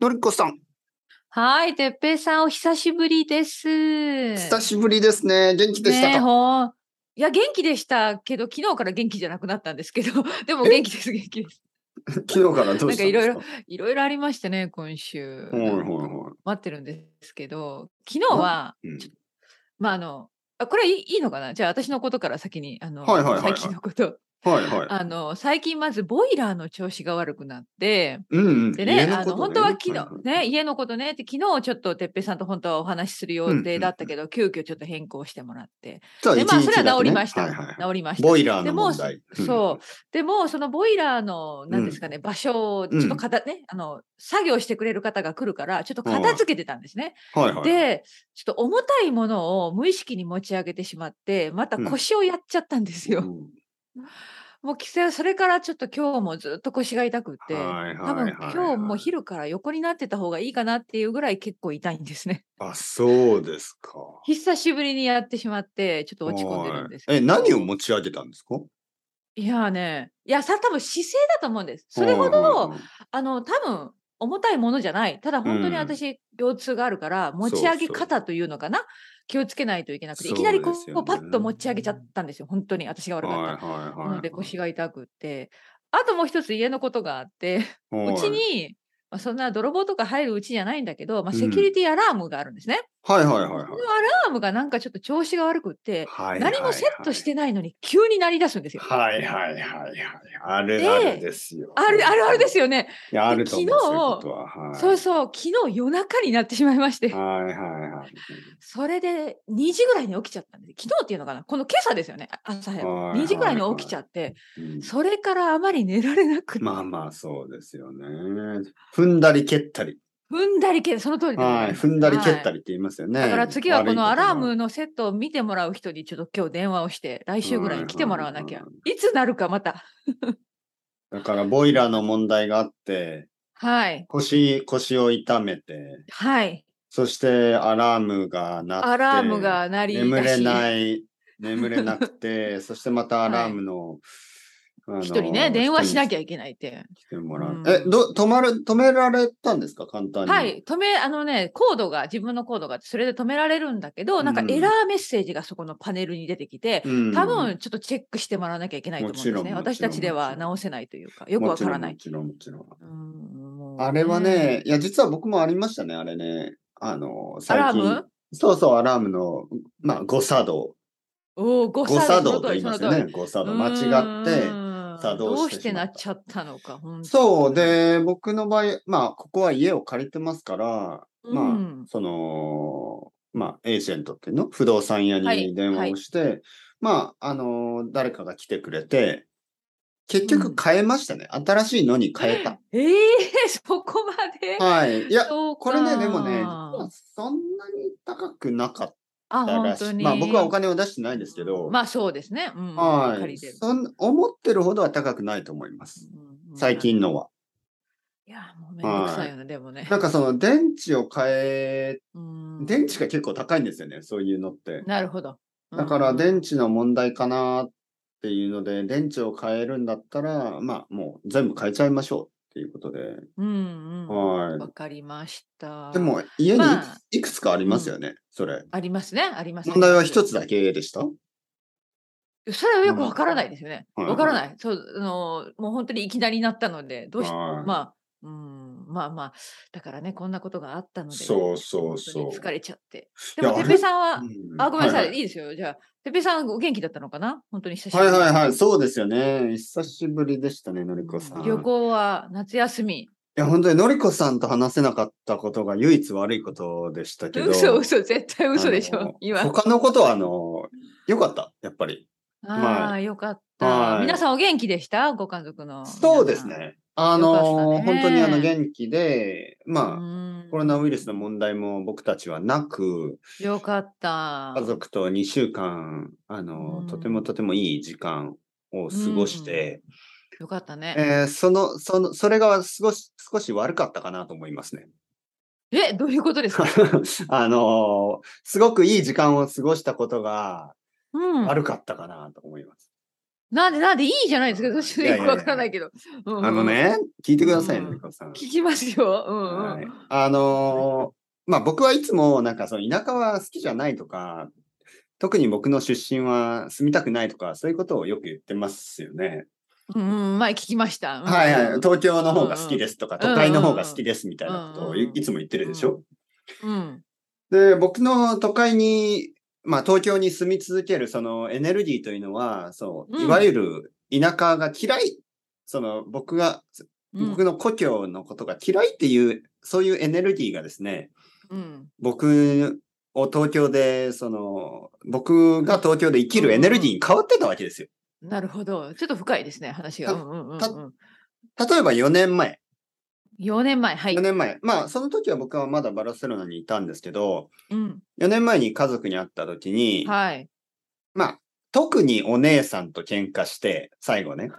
のりこさん、はい、てっぺいさん、お久しぶりです。久久しぶりですね。元気でしたねえか、ほんいや、元気でしたけど、昨日から元気じゃなくなったんですけど、 でもえ元気です、元気です。昨日からどうしたんですかなんかいろいろありましてね、今週。はいはいなんかは待ってるんですけど、昨日は、い。うんまあ、あの、あこれいいいいのかなじゃあ、私のことから先に、あの、はいはいはいはい最近のこと。はいはい。あの、最近まず、ボイラーの調子が悪くなって、うんうん。でね、家あこのと本当は昨い日、ね、家のことねって、昨日ちょっと哲平さんと本当はお話しすうるんう予んう定んだったけど、急遽ちょっと変更してもらって。じゃあで、まあ、一そ日れは治だけねりました。はいはい治りました。ボイラーでのも問題。そう。でも、そのボイラーの、なんですかね、場所を、ちょっと片、ね、あの、作業してくれる方が来るから、ちょっと片付けてたんですね。うん。はいはい。で、ちょっと重たいものを無意識に持ち上げてしまって、またうん腰をやっちゃったんですよ。うんもう規制、それからちょっと今日もずっと腰が痛くて、はいはい多分はい今日もはうい昼から横になってた方がいいかなっていうぐらい結構痛いんですね。 あ、そうですか。久しぶりにやってしまって、ちょっと落ち込んでるんですけはいど。え、何を持ち上げたんですかいやね、いやさ、多分姿勢だと思うんです。それほはいど、はいあの、多分、重たいものじゃない。ただ本当にうん私、腰痛があるから、持ち上げ方というのかな気をつけないといけなくて、いきなりこそうですう、よねパッと持ち上げちゃったんですよ。本当に私が悪かった。はいはい。なので腰が痛くって。あともう一つ家のことがあって、うはちいに、まあ、そんな泥棒とか入るうちじゃないんだけど、まあ、うんセキュリティアラームがあるんですね。はいはいはいそのアラームがなんかちょっと調子が悪くって、はい。何もセットしてないのに急に鳴り出すんですよ。はいはいはいはい。あるあるですよ。あるあるあるですよね。いや、あると思うんですよ、昨こ日とははい、そうそう、昨日夜中になってしまいまして、はいはいはい。それで2時ぐらいに起きちゃったんです。昨日っていうのかなこの今朝ですよね。あ朝早く。はい2時ぐらいに起きちゃって、うんそれからあまり寝られなくて、まあまあ、そうですよね。踏んだり蹴ったり。踏んだり蹴、その通りでございはい。ます踏んだり蹴っはいたりって言いますよね。だから次はこのア悪いとラームのセットを見てもらう人にちょっと今日電話をして、来週ぐらいに来てもらわなきゃはいは。いつなるかまた。だから、ボイラーの問題があって、はい。腰、腰を痛めて、はい。そしてアラームが鳴って、アラームが鳴り眠れい。ない、眠れなくて、 そしてまたアラームの、あの一人ね、電話しなゃきゃいけないって。してもらううんえ、ど、止まる、止められたんですか簡単に。はい。止め、あのね、コードが、自分のコードがあって、それで止められるんだけど、なんかうんエラーメッセージがそこのパネルに出てきて、うん。多分ちょっとチェックしてもらわなきゃいけないと思うんでもすちね。ろん私たちでもはちろん直せないというか、よくわからないも。ちろん、もちろん、もちうんもろ。うんあれはね、いや、実は僕もありましたね、あれね。あの、ア最近。ラームそうそう、アラームの、まあ、誤作動。おお、誤誤作作動動と言いますよね。誤作動。間う違って。ーん作ど動うしてししてまなったっちゃったのか、本当にそう、、で、僕の場合、まあ、ここは家を借りてますから、まあ、うんその、まあ、エージェントっていうの不動産屋はいに電話をして、まあ、あの誰かが来てくれて、結う局ん変えましたね。新しいのに変えた。ええ そこまで。はい。いや、そうこれね、かでもね、実はそんなに高くなかっあ、た本らし当い。に。まあ、僕はお金を出してないですけど、まあ、そうですね。うん、は借いりてるそん。思ってるほどは高くないと思います。うんうん最近のは。いや、もうめんどくさいよね、でもね。なんかその、電池を変えうん電池が結構高いんですよね、そういうのって。なるほど。だからうん電池の問題かなっていうので、電池を変えるんだったら、まあもう全部変えちゃいましょうっていうことで。うんうん。はわかりました。い。で、も家にいく,、まあいくつかありますよね、それ。ありますね、あります。問題は一つ。つだけでしたそれはよくわからないですよね。はいわからない。そう、あの、もう本当にいきなりなったので、どうしはいまあ、うん、まあまあ、だからね、こんなことがあったので、そうそうそう本当に疲れちゃって。いでやも、あれてっぺいさんは、うあ、ごめんなさい、はいい、いですよ。じゃあ、てっぺいさん、お元気だったのかな本当に久しぶはり。い、はいはいはいそうですよね。久しぶりでしたね、のりこさん。旅い行は夏休み。や、本当にのりこさんと話せなかったことが唯一悪いことでしたけど。嘘、嘘、絶対嘘でしあのょ、 今。他のことは、あの、よかった、やっぱり。ああ、よかっはた。い皆さん、お元気でしたご家族の。そうです。ね。あの、よかったね本当にあの元気で、まあ、ココロナウイルスの問題も僕たちはなく、よかった。家族と2週間、あのう、んとてもとてもいい時間を過ごして、よかったね。えーその、その、それが少し、少し悪かったかなと思いますね。 え、どういうことですかあの、すごくいい時間を過ごしたことがうん。悪かったかなと思います。なんで、なんでいいじゃないですか。私いやいやよいやくわからないけど。うんうんあの。ね、聞いてくださいね、うんみこさん。聞きますよ。うんはういん。あのーまあ僕はいつもなんかその田舎は好きじゃないとか、特に僕の出身は住みたくないとか、そういうことをよく言ってますよね。うんうん、前聞きました。うんはいはい。東京の方が好きですとか、うんうん都会の方が好きですみたいなことをいうんうんいつも言ってるでしょ。うん。で、僕の都会に、まあ東京に住み続けるそのエネルギーというのは、そう、うんいわゆる田舎が嫌い。その僕が、うん僕の故郷のことが嫌いっていう、そういうエネルギーがですね、うん。僕を東京で、その、僕が東京で生きるエネルギーに変わってたわけですよ。なるほど。ちょっと深いですね、話が。たうんうんうんうたん。例えば4年前。 4年前、はい4。年前。まあ、その時は僕はまだバルセロナにいたんですけど、うん。 4年前に家族に会った時に、はい。 まあ、特にお姉さんと喧嘩して、最後ね。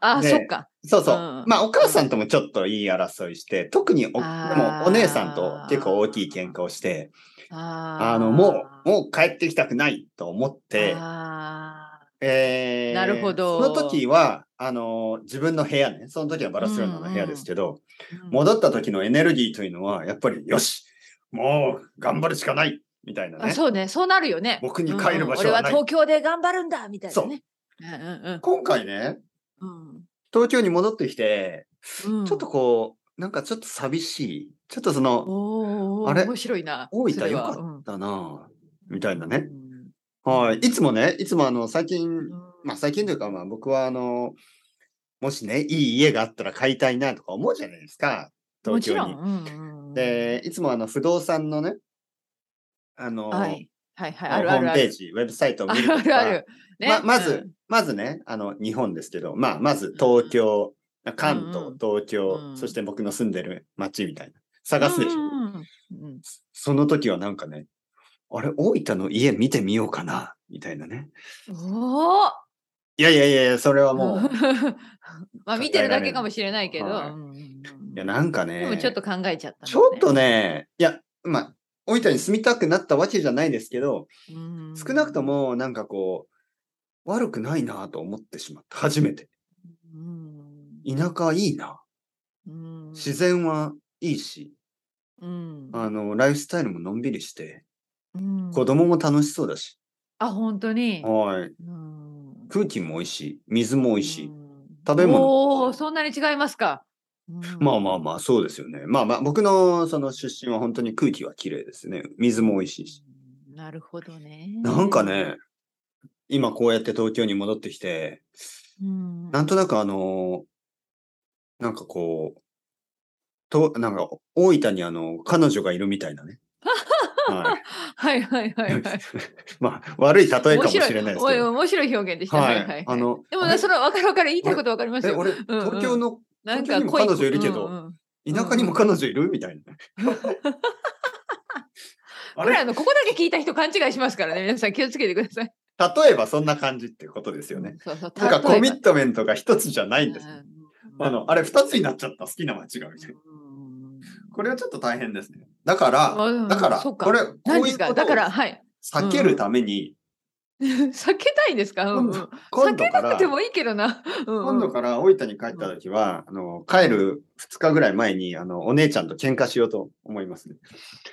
あ、でそっか。そうそう。うんまあ、お母さんともちょっといい争いして、特にお、であもーお姉さんと結構大きい喧嘩をして、ああの、もう、もう帰ってきたくないと思って、あえーなるほどその時は、あのー自分の部屋ね、その時はバラセロナの部屋ですけど、ーうん戻った時のエネルギーというのは、やっぱり、よしもう頑張るしかないみたいなあね。そうね、そうなるよね。僕に帰る場うんうん所はない俺は東京で頑張るんだみたいなね。うんうん今回ね、うん東京に戻ってきて、うんちょっとこう、なんかちょっと寂しい。ちょっとその、おーおーあれ面白いな。大分それはよかっだなぁみたいなね。うんはい。いつもね、いつもあの、最近、うんまあ最近というか、まあ僕はあの、もしね、いい家があったら買いたいなとか思うじゃないですか。も東ち京に。ろん。うんうんうん、で、いつもあの不動産のね、あの、はい、はいはい、ああのるホあーるムあペーる。ジ、ウェブサイトをあ見るるとあきるはある。ねままず、まずね、あの、日本ですけど、まあ、まず東京、関東、うんうん東京、うんそして僕の住んでる町みたいな、うん探すでしょ。うんうんうんその時はなんかね、あれ、大分の家見てみようかな、みたいなね。おー いやいやいやいや、それはもう、 いまあ見てるだけかもしれないけど。はいうんうんうんや、なんかでね、もちょっと考えちゃったんだね、ちょっとね、いや、まあ、大分に住みたくなったわけじゃないですけど、うん少なくと、もなんかこう、悪くないなと思ってしまった。初めて。うん田舎いいな。うん自然はいいし、うんあの、ライフスタイルものんびりして、うん子供も楽しそうだし、あ、本当に。はい。うん空気も美味しい、水も美味しうい。ん食べ物おーそんなに違いますか。まあまあまあ、そうですよね。まあまあ、僕のその出身は本当に空気は綺麗ですね。水も美味しいし。あ。なるほどね。なんか、ね、今こうやって東京に戻ってきて、うん、なんとなくあのーなんかこう、と、なんか、大分にあの、彼女がいるみたいな ね。はい、 はいはいはい はい。まあ、悪い例えかもしれないですけ面白ど。面白い 表現でした。ははいはいい。。あの、でもあれね、それわかるわかる、言いたいことわかりますえ、よ。俺、うん東京の、なん東京にかも恋彼女いるけどうんうん田舎にも彼女いるみたいな。 あこれれあのここだけ聞いた人勘違いしますからね、皆さん気をつけてください。例えばそんな感じってことですよね。そうそう。なんかコミ例ットメントが一つじゃないんえばです。うんあの、あれ二つになっちゃった。好きな街がみたいな。うんこれはちょっと大変ですね。だから、うんだから、そうこれ、こう何でいすうこかとをだから、はい。 避けるために、避けたいんですか、うんうん今避今度けかなくら、てもいいけどな。うんうん今度から大分に帰った時は、あの、帰る2日ぐらい前に、あの、お姉ちゃんと喧嘩しようと思いますね。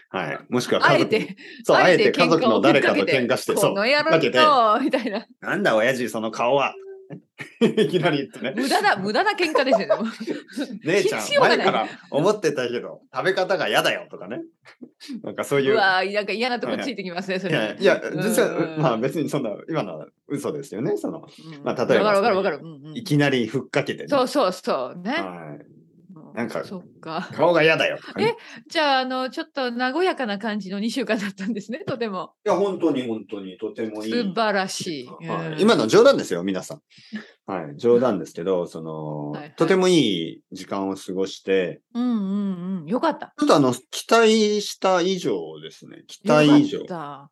はい。もしくは家あえ族にて、そう、あえて喧嘩家を族の誰かとぶっ喧け嘩して、そこうの、野だけで郎と、みたいな。なんだ親父その顔は いきなり言ってね。無駄な、 無駄な喧嘩ですよね。もう姉ちゃん必、要がな前いから思ってたけど、食べ方が嫌だよとかね。なんかそういうう。わーなんか嫌なとこついてきますね、そいやれ。いや、実は、うんまあ別にそんな、今のは嘘ですよね。その、うんまあ例えばわかるわかるわかる。うんうんいきなりふっかけて、ね。そうそうそう。ね。はうんなんかそっかい。。顔が嫌だよとかね。じゃあ、あの、ちょっと和やかな感じの2週間だったんですね、 とても。いや、本当に本当に、とてもいい。素晴らしい。はうんい、今の冗談ですよ、皆さん。はい、 冗談ですけど、その、はいはいとてもいい時間を過ごして、うんうんうん。よかった。ちょっとあの、期待した以上ですね。期待以上よ。か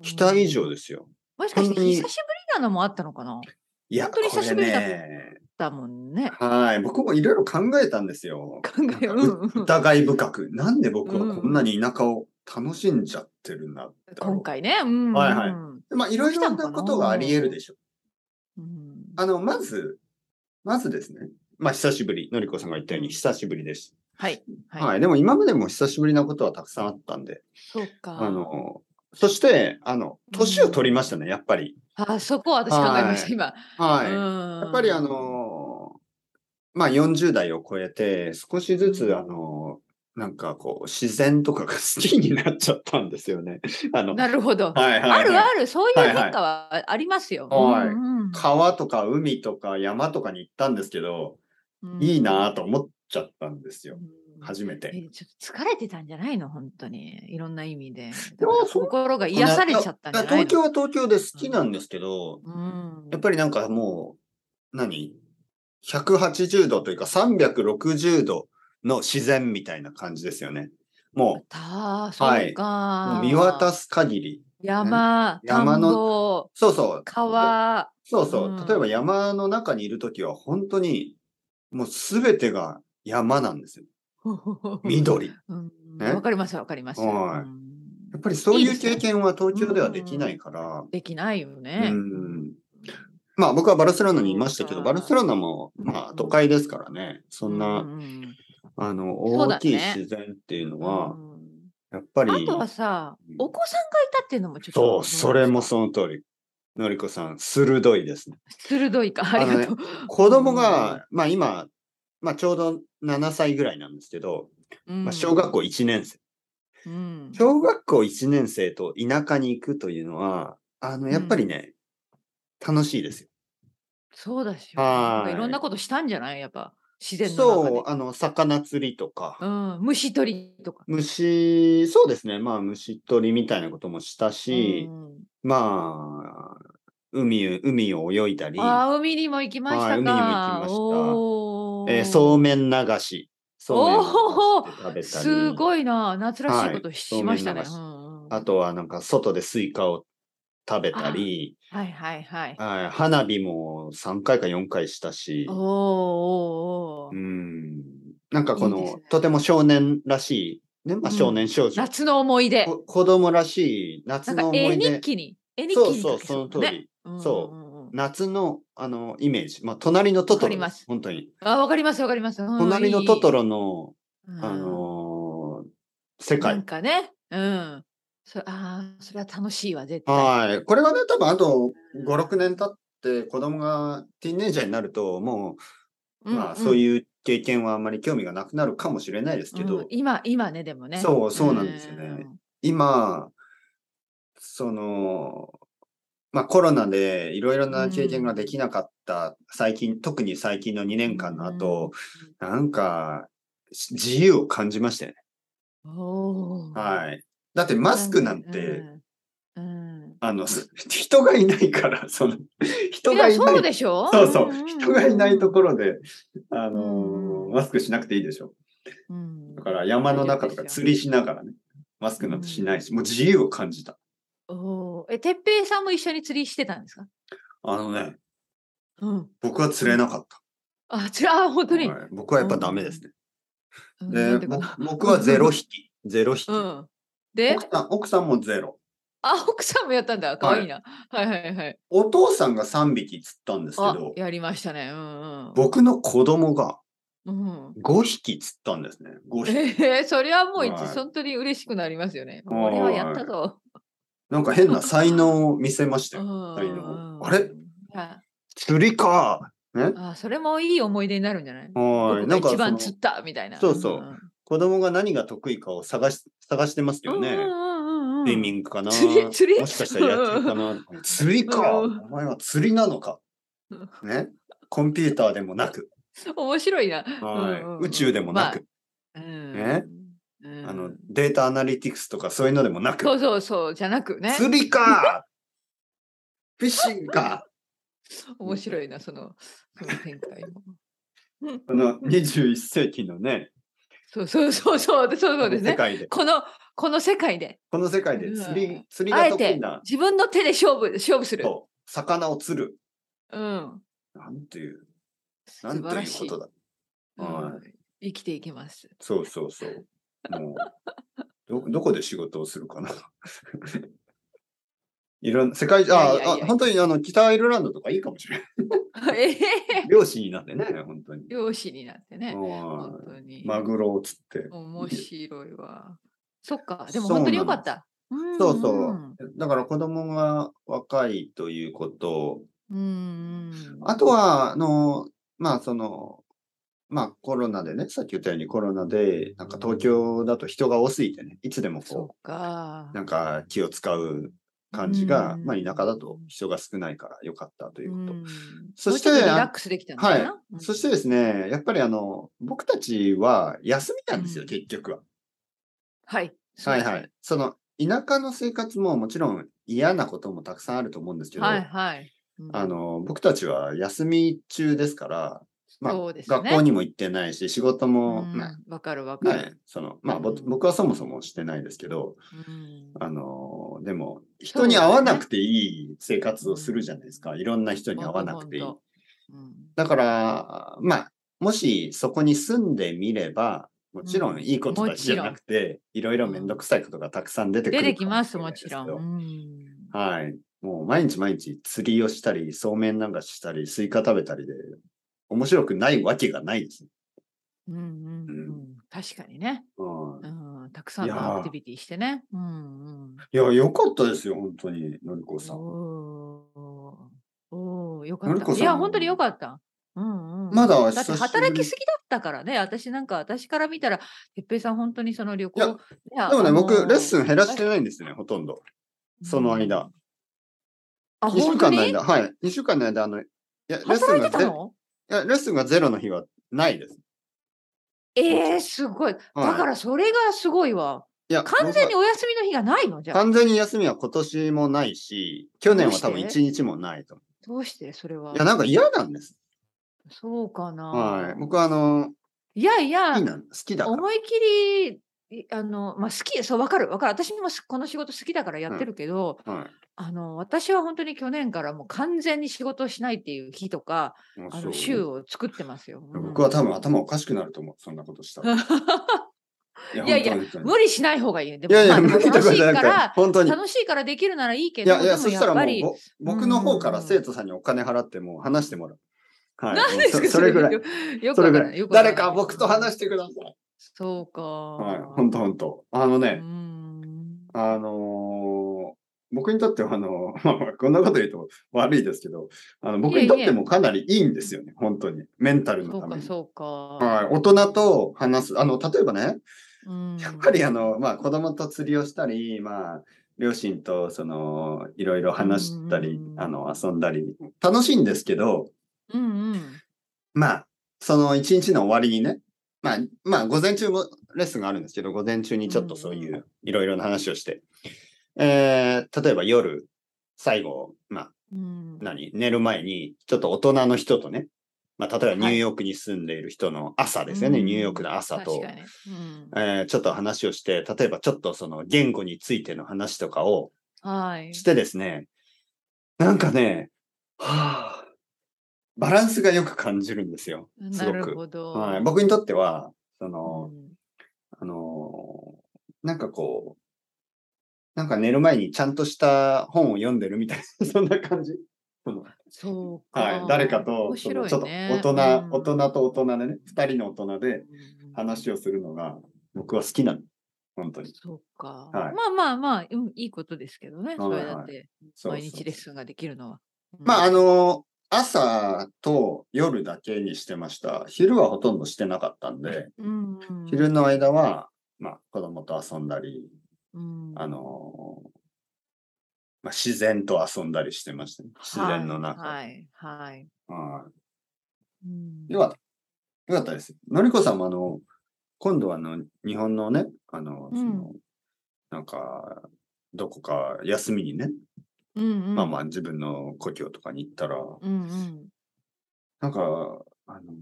った期待以上うんですよ。もしかし本て当に久しぶりなのもあったのかないや、本当に久しぶりだこれね。だもんね。はい、僕もいろいろ考えたんですよ。考えなよん うかんうん。疑い深く。なんで僕はこんなに田舎を楽しんじゃってるんだろう今回ね。うんうん。はいはいうんまあ、いろいろなことがあり得るでしょう。あの、まず、まずですね。まあ、久しぶり。のりこさんが言ったように、久しぶりです。はい。はい。はい。でも、今までも久しぶりなことはたくさんあったんで。そうか。あの、そして、あの、年を取りましたね、やっぱり。あ、そこは私考えました、はい今。はい。ややっぱりあ、のまあ40代を超えて少しずつあのなんかこう自然とかが好きになっちゃったんですよね。あの、なるほど。はいはい、はい。あるある、そういう変化はありますよ。はいうんうん川とか海とか山とかに行ったんですけど、うんいいなぁと思っちゃったんですうよ。ん初めて。えちょっと疲れてたんじゃないの本当に。いろんな意味で。やだからそん心が癒されちゃったんじゃないの東京は東京で好きなんですけど、うんやっぱりなんかもう、何 ?180 度というか360度の自然みたいな感じですよね。もうたーそうかも。う見渡す限り。山、山山ののそうそう。川、そうそう。うん例えば山の中にいるときは本当にもうすべてが山なんですよ。緑。やうんねわかりますわかります。はいうんっぱりそういいいでうすね経験は東京ではできないから。できないよね。うんまあ僕はバルセロナにいましたけそど、うかバルセロナもまあ都会ですからね。そんうな、んうんあの、そう大だねきい自然っていうのはう、んやっぱり、あとはさうん、お子さんがいたっていうのもちょっとどそうう、ですか。それもその通り。のりこさん、鋭いですね。鋭いか、ありがとう。子供が、まあ今、まあちょうど7歳ぐらいなんですけど、うんまあ、小学校、1年生。うん小学校1年生と田舎に行くというのは、あの、やっぱりね、楽しいですよ。そうだしよ。はいなんかいろんなことしたんじゃないやっぱ、自然の中でそう、。あの、魚釣りとか、うん、虫取りとか。虫、そうですね、まあ虫取りみたいなこともしたし、うんまあ、海、海を泳いだり、あー海にも行きましたはか。い海にも行きましたおーえーそうめん流し、そうめんを流して食べたり、すごいな、夏らしいことはいしましたね。そうめんうんうんあとはなんか外でスイカを食べたり、はいはいはい。はい花火も3回か4回したし、おーおーおーうんなんかこのいいですねとても少年らしい、ねまあ、うん少年少女、夏の思い出。こ子供らしいな夏んかの思絵い出日記に。絵日記そうにそう書けその通うだね。りうそうんうんうん夏のあのイメージ、まあ、隣のトトわかロりまですす本当にあ、わかりますわかります。うん隣のトト、ロの、いいあうんのー世なん界かね。うん。それああ、それは楽しいわ、絶対。はいこれがね多分あと56年経って子供がティーンエイジャーになるともう、んんまあ、そういう経験はあんまり興味がなくなるかもしれないですけど、うん今、今ね、でもね。そうそうなんですよねうん今、その、まあコロナでいろいろな経験ができなかった最近、特に最近の2年間の後、なんかし自由を感じましたよね。うんおーはい。だってマスクなんて、うんうんあの、す人がいないから、その、人いがやいなそうい。でしょそうそう。人がいないところ、ろで、あうんのうー、んマスクしなくていいでしょ。うんだから山の中とか釣りしながらね、マスクなんてしないし、もう自由を感じた。おーえ、てっぺいさんも一緒に釣りしてたんですかあのね、うん。僕は釣れなかった。あ、釣り、あ、本当に。はい僕はやっぱダメですね。うんでなんてこぼと僕はゼロ 匹。ゼロ匹、うん。で奥、さん。奥さんもゼロ。あ、奥さんもやったんだ。かわいいな。はいはいはい。お父さんが3匹釣ったんですけあど、、やりましたね。うんうん。僕の子供がうん、 5匹釣ったんですね。5匹。えー、それはもう一、はい本当に嬉しくなりますよね。はい俺はやったぞ。なんか変な才能を見せましたうよ。ん才能あれいや釣りかねあ、それもいい思い出になるんじゃないはい。僕なんがか一そ番の釣ったみたいな。そうそう子供が何が得意かを探し探してますよね。スイミンングかな釣り釣りもしかしたらやってるかなとか釣りかおうん前は釣りなのかうんねコンピューターでもなく、面白いな。うんうんうはんい、宇宙でもなく、うんねうんあの、データアナリティクスとかそういうのでもなく、そうそうそう、じゃなくね。釣りかフィッシングか面白いな、その、その展開も。この21世紀のね、そうそうそうそう、でそうそうです世ね。界で、この、この世界で、この世界で釣うわり、釣りあがえ得て意な、自分の手で勝負、勝負する。と、魚を釣る。うん。なんていう、素なんて晴らいしうい。ことだ。はうん生きていきます。 そうそうそう。 もう、ど、どこで仕事をするかな。 いろんな、世界中、あいやいやいやあ、本当にあの、北アイルランドとかいいかもしれない。ええ漁師になってね、本当に。漁師になってね。うん本当に。マグロを釣って。面白いわ。そっか、でもそう本当になよのかった。んそうそう。。だから子供が若いということ。うんうん。あとは、あの、まあその、まあコロナでね、さっき言ったようにコロナで、なんか東京だと人が多すぎてね、いつでもそこうかう、。なんか気を使う感じが、うんまあ田舎だと人が少ないから良かったということ。うんそしてもうちょっとリラックスできたのかな。うんそしてですね、やっぱりあの、僕たちは休みなんですよ、うん結局は。はい。はいはい。その、田舎の生活ももちろん嫌なこともたくさんあると思うんですけど、はいはい。うんあ、の、僕たちは休み中ですから、まあそうですね。学校にも行ってないし、仕事も、うんまあわかるわかねる。、その、まあ、うぼん僕はそもそもしてないですけど、うんあの、でも、そ人うにですね会わなくていい生活をするじゃないですか。いろんな人に会わなくていい。ほんとほんとだから、まあ、もしそこに住んでみれば、もちろうんんいいことだけじゃなくて、いろいろめんどくさいことがたくさん出うてんくる出かてきます、ももしちれなろいん。ですけどうんはい。もう毎日毎日釣りをしたり、そうめん流ししたり、スイカ食べたりで、面白くないわけがないです。うんうんううん確かにね。うんうんたくさんいやーのアクティビティしてね。うんうんいや、よかったですよ、本当に、のりこさん。おーおーよかのりっこた。さんいや、本当によかった。うんうん、まだだって久しぶり働きすぎだったからね、私なんか、私から見たら、てっぺいさん、本当にその旅い行。やいやでもね、僕、レッスン、ン減らしてないんですね、ほとんど。その間。あ、 2週本間当のに間、はい。2週間の間、あの、いや、レッスン働いがてゼたロ、のいや、レッスンがゼロの日はないです。えー、すごい。はいだから、それがすごいわ。いや、完全に僕はお休みの日がないのじゃあ。完全に休みは今年もないし、去年は多分どうして1日もないと思どうして、それはう。いや、。なんか嫌なんです。そうかな。はい。僕は、あの、いやいや好き、なん好きだから。思い切りいあの、まあ、好きそう分かる分かる私もすこの仕事好きだからやってるけど、はあの私は本当に去年からもう完全に仕事をしないっていう日とかい。もうあそうの週を作ってますよ。うん僕は多分頭おかしくなると思う、そんなことしたら。いいやいや本当に無理しない方がいい。でいやいや、まあ無理と楽かしいじゃかなくてら、本当に。楽しいからできるならいいけいど、やいや、でそもしたらもやっぱうり。ぼ僕の方から生徒さんにお金払ってもう話してもらう。はい。 何ですもうかそそれぐらい。い。よくそわれぐかららないい。よ。くわ誰らかない僕と話してください。そうか。はい。は本当本当あのね、んあのー僕にとってはあのー、まあ まあこんなこと言うと悪いですけど、あの僕にとってもかなりいいんですよね、本当に。メンタルそのたうめか、に。そうか。はい。大人と話す。あの、例えばね、うんやっぱりあの、まあ子供と釣りをしたり、まあ、両親とその、いろいろ話したりう、んあの、遊んだり、楽しいんですけど、うんうん。まあ、その一日の終わりにね、まあ、まあ、午前中もレッスンがあるんですけど、午前中にちょっとそういういろいろな話をして、えー、例えば夜、最後、まあ、うん何、寝る前に、ちょっと大人の人とね、まあ、例えばニューヨークに住んでいる人の朝ですよね、うんニューヨークの朝と、確かにうんえーちょっと話をして、例えばちょっとその言語についての話とかをはい。して ですね、なんかね、はあ、バランスがよく感じるんですよ。すなごくるほど。はい、僕にとっては、その、うんあのー、なんかこう、なんか寝る前にちゃんとした本を読んでるみたいな、 そんな感じ。そのそうか。はい、誰かと、面その白ちょっいとね大人、大人と大人でね、二人の大人でうん話をするのが、僕は好きなの。本当に。そうか。はいまあまあまあ、うんいいことですけどね。それだって、そうそう毎日レッスンができるのは。うんまあ、あのー朝と夜だけにしてました。昼はほとんどしてなかったんで、うんうん昼の間は、まあ、子供と遊んだり、うんあのーまあ、自然と遊んだりしてましたね。自然の中。はいはい、はい。はいうんよかった。よかったです。のりこさんもあの、今度はあの、日本のね、あの、うんそのなんか、どこか休みにね、うんうんまあまあ自分の故郷とかに行ったら、うんうんなんか、あの、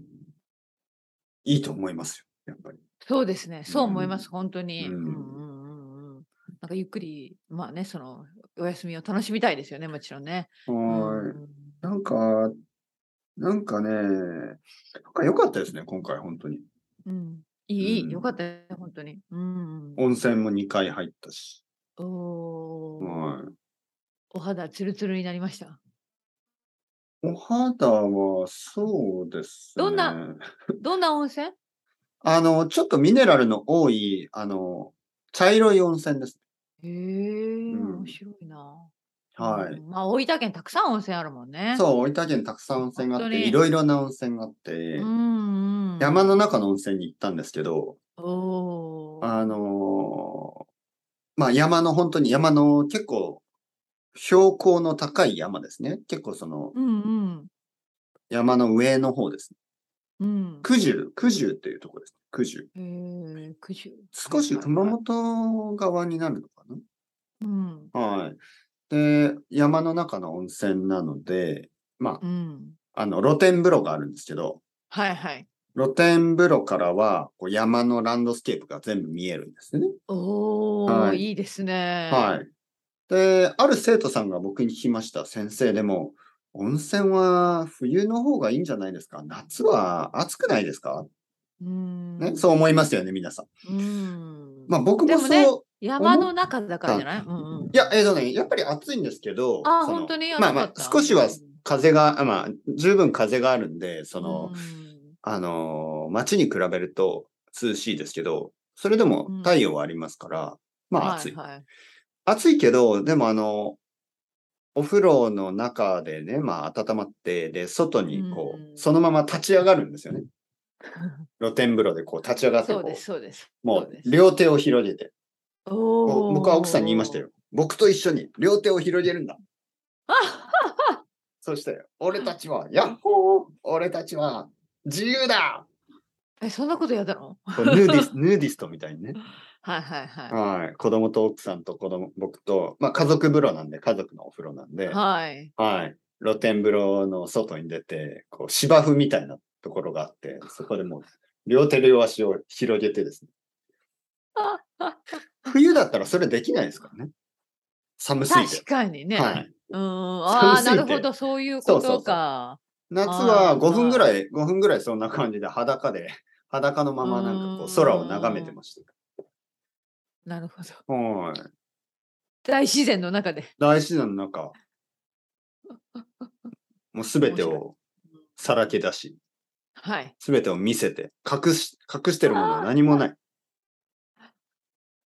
いいと思いますよ。やっぱり。そうですね。そう思います。本当に。うんうんうんうんうんなんかゆっくり、まあね、その、お休みを楽しみたいですよね、もちろんね。はーい。うんなんか、なんかね、なんか良かったですね、今回、本当に。うん、いい、いうんいよかったね、本当に。うん。温泉も2回入ったし。おーはい。お肌ツルツルになりました。お肌は、そうですね。どんなどんな温泉あの、ちょっとミネラルの多い、あの、茶色い温泉です。へえ、うん面白いな。はい。うん。まあ、大分県たくさん温泉あるもんね。そう、大分県たくさん温泉があっ本て、当にいろいろな温泉があって、うんうん。山の中の温泉に行ったんですけど、おーあのーまあ山の本当に山の結構、標高の高い山ですね。結構そのうんうん。山の上の方です、ね。うん。九十、九十というところです。九十。へえ、九州。少し熊本側になるのかなうん。はい。で、山の中の温泉なので、まあう、ん。あの、露天風呂があるんですけど、はいはい。露天風呂からは、こう山のランドスケープが全部見えるんですね。おお、はいい、いですね。はい。で、ある生徒さんが僕に聞きました。先生、でも、温泉は冬の方がいいんじゃないですか夏は暑くないですか、い。うん。ね、そう思いますよね、皆さん。うん。まあ僕でももそう、ね山の中だからじゃない、うんうんい、や、えっ、とね、やっぱり暑いんですけど、あー、その本当にまあまあ、少しは風が、あまあ、十分風があるんで、そその、うんあのー街に比べると涼しいですけど、それでもうん太陽はありますから、まあ暑い。はいはい暑いけど、でもあの、お風呂の中でね、まあ温まって、で、外にこう、うんそのまま立ち上がるんですよね。露天風呂でこう立ち上がってこそううです、そうです。もそううです両手を広げて、おこーう僕は奥さんに言いましたよ。。僕と一緒に両手を広げるんだ。あそして、俺たちは、やっほー俺たちは自由だえ、そんなことやだの こうヌーディスヌーディストみたいにね。はいはいははい。子供と奥さんと子供、僕と、まあ家族風呂なんで、家族のお風呂なんで、い。はい。はい。露天風呂の外に出て、こう芝生みたいなところがあって、そこでもう両手両足を広げてですね。 冬だったらそれできないですからね。寒すぎ確て。かにね。はい。うーん。あ寒あ、すぎなてるほど、そういうそこうそうそうとか。夏はあー5分ぐらい、5分ぐらいそんな感じで裸で、裸のままなんかこう空を眺めてました。なるほど。はい。大自然の中で。大自然の中、もうすべてをさらけ出し、はい。すべてを見せて、隠し、隠してるものは何もない。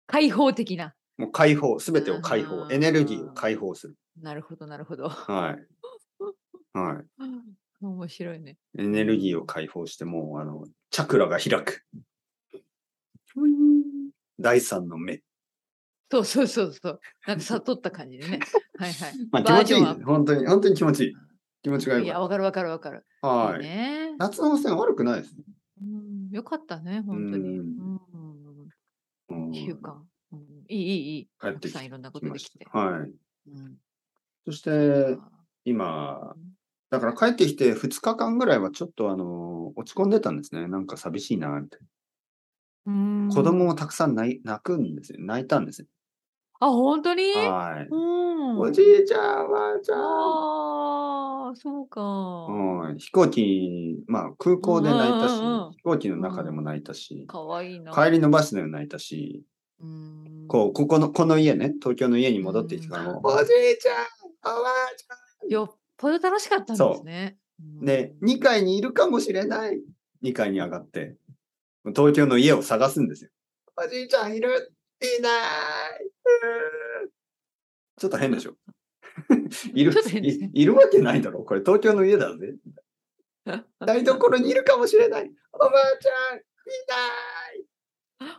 開放的な。もう解放、すべてを解放う、んエネルギーを解放する。なるほど、なるほど。はい。はい。面白いね。エネルギーを解放して、もう、あの、チャクラが開く。第三の目。そうそうそうそう。なんか悟った感じ でね。はいはい。まあ、気持ちいいバージョンアッ。プ本当に、本当に気持ちいい。気持ちがよいかっや、わかるわかるわかる。た。はいいい。ね。夏の温泉悪くないですね。うん、よかったね、本当に。ううんん。うん一週間。うんいい、いい、いい。帰ったてきくさんいろんなことできて。はい。うんそして、今、だから帰ってきて2日間ぐらいはちょっとあの、落ち込んでたんですね。なんか寂しいな、みたいうんな。子供もたくさん泣い泣くんですよ。泣いたんですよ。あ、本当にはい。うん。おじいちゃん、おばあちゃん。ああ、そうか。うん、飛行機、まあ空港で泣いたし、うんうんうん飛行機の中でも泣いたし、かわいいな。帰りのバスでも泣いたし、うんこう、ここの、この家ね、東京の家に戻ってきてからも、おじいちゃん、おばあちよっぽど楽しかったんですね。ゃん。で、 うん2階にいるかもしれない。2階に上がって、東京の家を探すんですよ。おじいちゃんいるいないうーちょっと変でしょ いるちょっと変ですねい、いるわけないだろ。これ東京の家だぜ。台所にいるかもしれない。おばあちゃん、いない。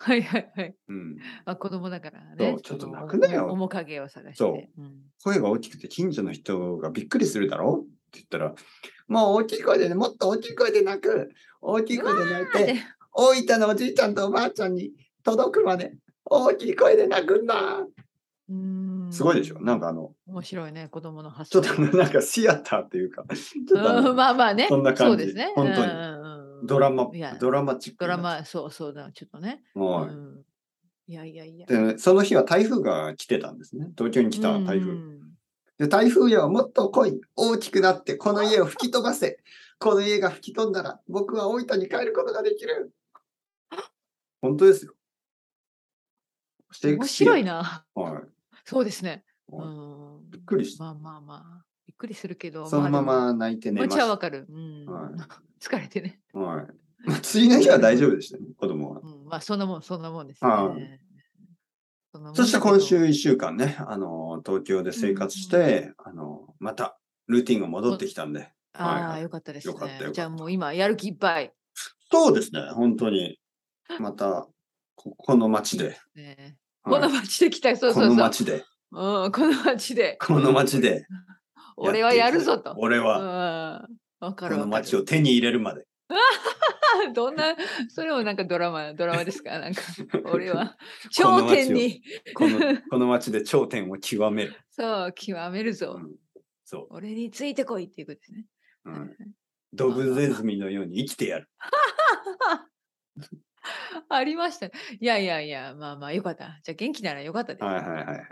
はいはいはい。 うん、まあ、子供だからね。そうちょっとその泣くなよ面影を探して。そうん声が大きくて近所の人がびっくりするだろうって言ったら、もう大きい声でね、もっと大きい声で泣く。大きい声で泣いて、で大分のおじいちゃんとおばあちゃんに届くまで大きい声で泣くんだ。うんすごいでしょなんかあの、面白いね、子供の発ちょ想。っとあのなんかシアターっていうか、ちょっとあうのん、まあまあね。そんな感じうですね。本当にうんうんうんドラマいや、ドラマチックドなラ。マ、そうそうだ、ちょっとね。はいうんいやいやいや。で、その日は台風が来てたんですね。東京に来た台風。うんで台風よ、もっと来い。大きくなって、この家を吹き飛ばせ。この家が吹き飛んだら、僕は大分に帰ることができる。本当ですよ。面白いな。な。はい。そうですね。うんびっくりしたまあまあまあ。びっくりするけど。そのまあま泣いてでも寝気まし持ちはた。わかる。うんは 疲れてね。はい。まあ、次の日は大丈夫でしたね、子供は。うんまあそんなもん、そんなもんですはね。んなもんだけそどして今週1週間ね、あの、東京で生活して、あの、またルーティンが戻ってきたんで。はいあはあ、いよかったですよかったよかっね。たじゃあもう今、やる気いっぱい。そうですね、本当に。また、ここの街で。ねはこいの街で来た、そうこそうのそう。街で。うんこの街で。この街で。俺はやるぞと。俺うんは、わこかるわかる。の街を手に入れるまで。 どんな、それもなんかドラマ、ドラマですか なんか、俺はこの頂街を点に、この、この街で頂点を極める。そう、極めるうぞ。んそ俺についてこいっていうことですね。う。 うん。ドブネズミのように生きてやる。ありましたね。いやいやいや、まあまあよかった。じゃあ元気ならよかったです。はいはいはいはい。